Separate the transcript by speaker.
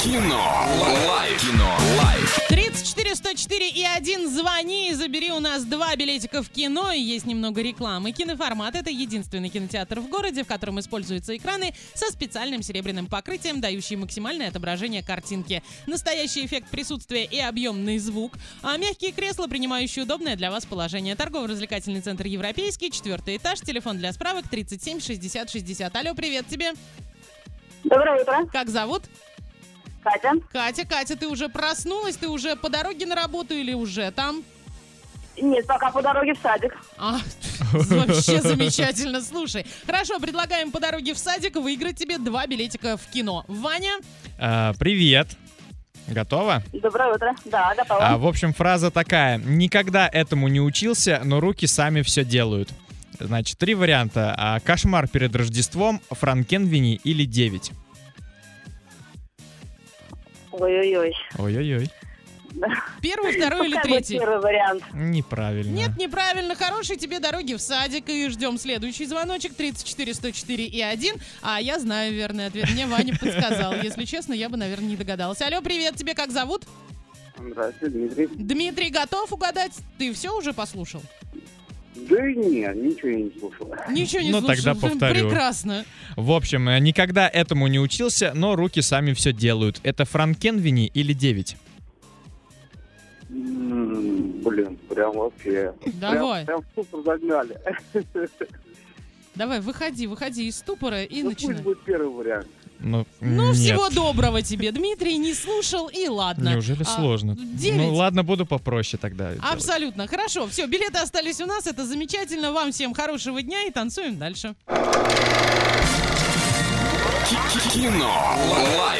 Speaker 1: Кино. Лайф. Кино. Лайф.
Speaker 2: 34 104 и 1 звони и забери у нас два билетика в кино и есть немного рекламы. Киноформат — это единственный кинотеатр в городе, в котором используются экраны со специальным серебряным покрытием, дающие максимальное отображение картинки, настоящий эффект присутствия и объемный звук, а мягкие кресла, принимающие удобное для вас положение. Торгово-развлекательный центр «Европейский», четвертый этаж, телефон для справок 37 60 60. Алло, привет тебе!
Speaker 3: Доброе утро,
Speaker 2: Как зовут?
Speaker 3: Катя.
Speaker 2: Катя, Катя, ты уже проснулась? Ты уже по дороге на работу или уже там?
Speaker 3: Нет, пока по дороге в садик.
Speaker 2: А, вообще замечательно. Слушай, хорошо, предлагаем по дороге в садик выиграть тебе два билетика в кино. Ваня,
Speaker 4: А, привет. Готова?
Speaker 3: Доброе утро. Да, готова.
Speaker 4: А, в общем, фраза такая. Никогда этому не учился, но руки сами все делают. Значит, три варианта. А, кошмар перед Рождеством, Франкенвини или 9.
Speaker 3: Ой-ой-ой.
Speaker 4: Ой-ой-ой.
Speaker 2: первый, второй или
Speaker 3: Какой
Speaker 2: третий?
Speaker 3: Первый вариант.
Speaker 4: Неправильно.
Speaker 2: Нет, неправильно. Хорошей тебе дороги в садик. И ждем следующий звоночек. 34, 104 и 1. А я знаю верный ответ. Мне Ваня подсказал. Если честно, я бы, наверное, не догадалась. Алло, привет. Тебе как зовут?
Speaker 5: Здравствуйте, Дмитрий.
Speaker 2: Дмитрий, готов угадать? Ты все уже послушал?
Speaker 5: Да нет, ничего я не слушал.
Speaker 2: Ничего не
Speaker 4: Ну,
Speaker 2: слушал.
Speaker 4: тогда повторю.
Speaker 2: Прекрасно.
Speaker 4: В общем, э, никогда этому не учился, но руки сами все делают. Это Франкенвини или 9?
Speaker 5: М, Блин, прям вообще.
Speaker 2: Давай.
Speaker 5: Прям, прям в супер загнали.
Speaker 2: Давай, выходи, выходи из ступора и
Speaker 5: Ну,
Speaker 2: начинай.
Speaker 5: пусть будет первый вариант.
Speaker 4: Ну,
Speaker 2: Ну,
Speaker 4: нет.
Speaker 2: всего доброго тебе, Дмитрий. Не слушал, и ладно.
Speaker 4: Неужели
Speaker 2: А,
Speaker 4: сложно?
Speaker 2: девять. А
Speaker 4: Ну ладно, буду попроще тогда. делать.
Speaker 2: Абсолютно. Хорошо. Все, билеты остались у нас. Это замечательно. Вам всем хорошего дня и танцуем дальше.
Speaker 1: Кино. Лайф.